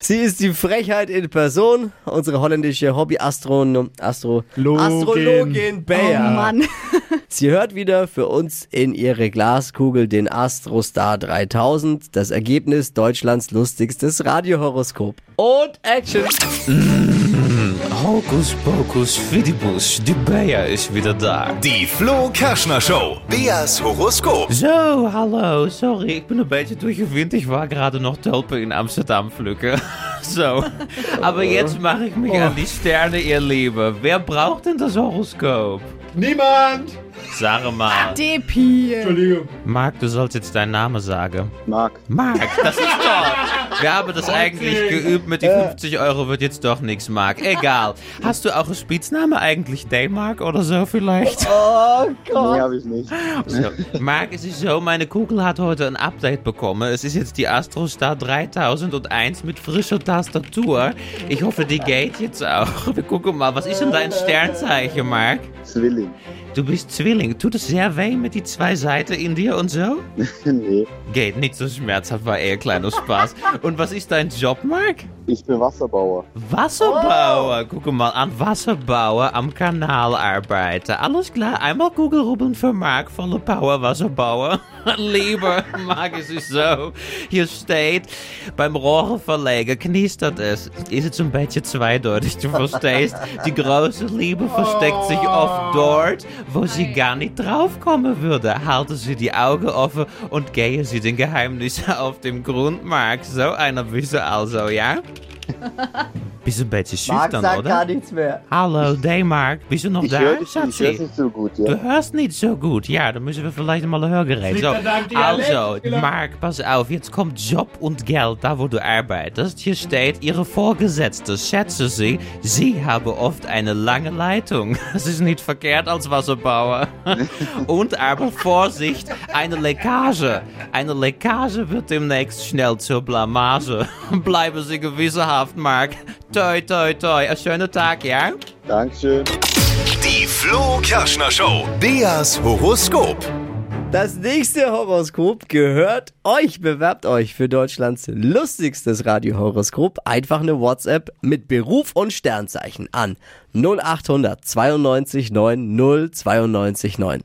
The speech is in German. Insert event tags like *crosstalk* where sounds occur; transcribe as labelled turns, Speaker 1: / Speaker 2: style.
Speaker 1: Sie ist die Frechheit in Person, unsere holländische Hobby-Astronom, Astro,
Speaker 2: Login.
Speaker 1: Astrologin Bea.
Speaker 3: Oh Mann.
Speaker 1: *laughs* Sie hört wieder für uns in ihre Glaskugel den Astrostar 3000, das Ergebnis Deutschlands lustigstes Radiohoroskop. Und Action!
Speaker 4: Hokus pokus fidibus, die Bea is wieder da.
Speaker 5: Die Flo Kerschner Show. Beas Horoskop.
Speaker 4: Zo, hallo, sorry, ik ben een beetje durchgewind. Ik war gerade nog tulpen in Amsterdam pflücken. *laughs* Zo,
Speaker 5: Oh.
Speaker 4: aber jetzt mache ich mich an die Sterne, ihr Lieben. Wer braucht denn das Horoskop?
Speaker 2: Niemand!
Speaker 4: Sag mal.
Speaker 3: Depi.
Speaker 2: Entschuldigung.
Speaker 4: Marc, du sollst jetzt deinen Namen sagen.
Speaker 6: Marc.
Speaker 4: Marc, das ist doch. Wir haben das eigentlich geübt. Mit die 50 Euro wird jetzt doch nichts, Marc. Egal. Hast du auch einen Spitzname eigentlich? Daymark oder so vielleicht?
Speaker 6: Oh Nee, habe ich nicht.
Speaker 4: So. Marc, es ist so, meine Kugel hat heute ein Update bekommen. Es ist jetzt die Astrostar 3001 mit frischer Tastatur. Ich hoffe, die geht jetzt auch. *laughs* Wir gucken mal, was ist denn dein Sternzeichen, Marc?
Speaker 6: Zwilling. *laughs*
Speaker 4: Du bist Zwilling. Tut es sehr weh mit die zwei Seiten in dir und so?
Speaker 6: nee,
Speaker 4: Geht nicht so schmerzhaft, war eher kleiner Spaß. Und was ist dein Job, Marc?
Speaker 6: ich bin Wasserbauer.
Speaker 4: Wasserbauer. Guck mal an, Wasserbauer am Kanal arbeiten. Alles klar, einmal Kugelrubbeln für Mark, volle Power, *laughs* Wasserbauer. Lieber, Mark, es ist so. Hier steht, beim Rohrenverleger knistert es. Ist jetzt ein bisschen zweideutig, du verstehst. Die große Liebe versteckt sich oft dort, wo sie gar nicht draufkommen würde. Halten sie die Augen offen und gehen sie den *laughs* Geheimnissen auf dem Grund, Mark. So einer bist du also, ja? Bist du ein bisschen
Speaker 1: Marc
Speaker 4: schüchtern,
Speaker 1: sagt gar
Speaker 4: oder?
Speaker 1: nichts mehr.
Speaker 4: Hallo, Daymark. Bist du noch
Speaker 6: Ich
Speaker 4: da,
Speaker 6: höre dich, ich hör's
Speaker 4: Schatzi?
Speaker 6: nicht so gut,
Speaker 4: Du
Speaker 6: ja.
Speaker 4: hörst nicht so gut. Ja, dann müssen wir vielleicht mal ein Hörgerät. So,
Speaker 2: liegt an deinem
Speaker 4: also,
Speaker 2: Dialekt, genau.
Speaker 4: Mark, pass auf. Jetzt kommt Job und Geld, da wo du arbeitest. Hier steht, ihre Vorgesetzte, schätze sie, sie habe oft eine lange Leitung. *laughs* Das ist nicht verkehrt als Wasserbauer. und aber Vorsicht, eine Leckage. Eine Leckage wird demnächst schnell zur Blamage. *laughs* Bleiben Sie gewissenhaft, Mark. Toi, toi, toi. Einen schönen Tag, ja?
Speaker 6: Dankeschön.
Speaker 5: Die Flo Kerschner Show. Beas Horoskop.
Speaker 1: Das nächste Horoskop gehört euch. Bewerbt euch für Deutschlands lustigstes Radiohoroskop. Einfach eine WhatsApp mit Beruf und Sternzeichen an 0800 92 9 092 9.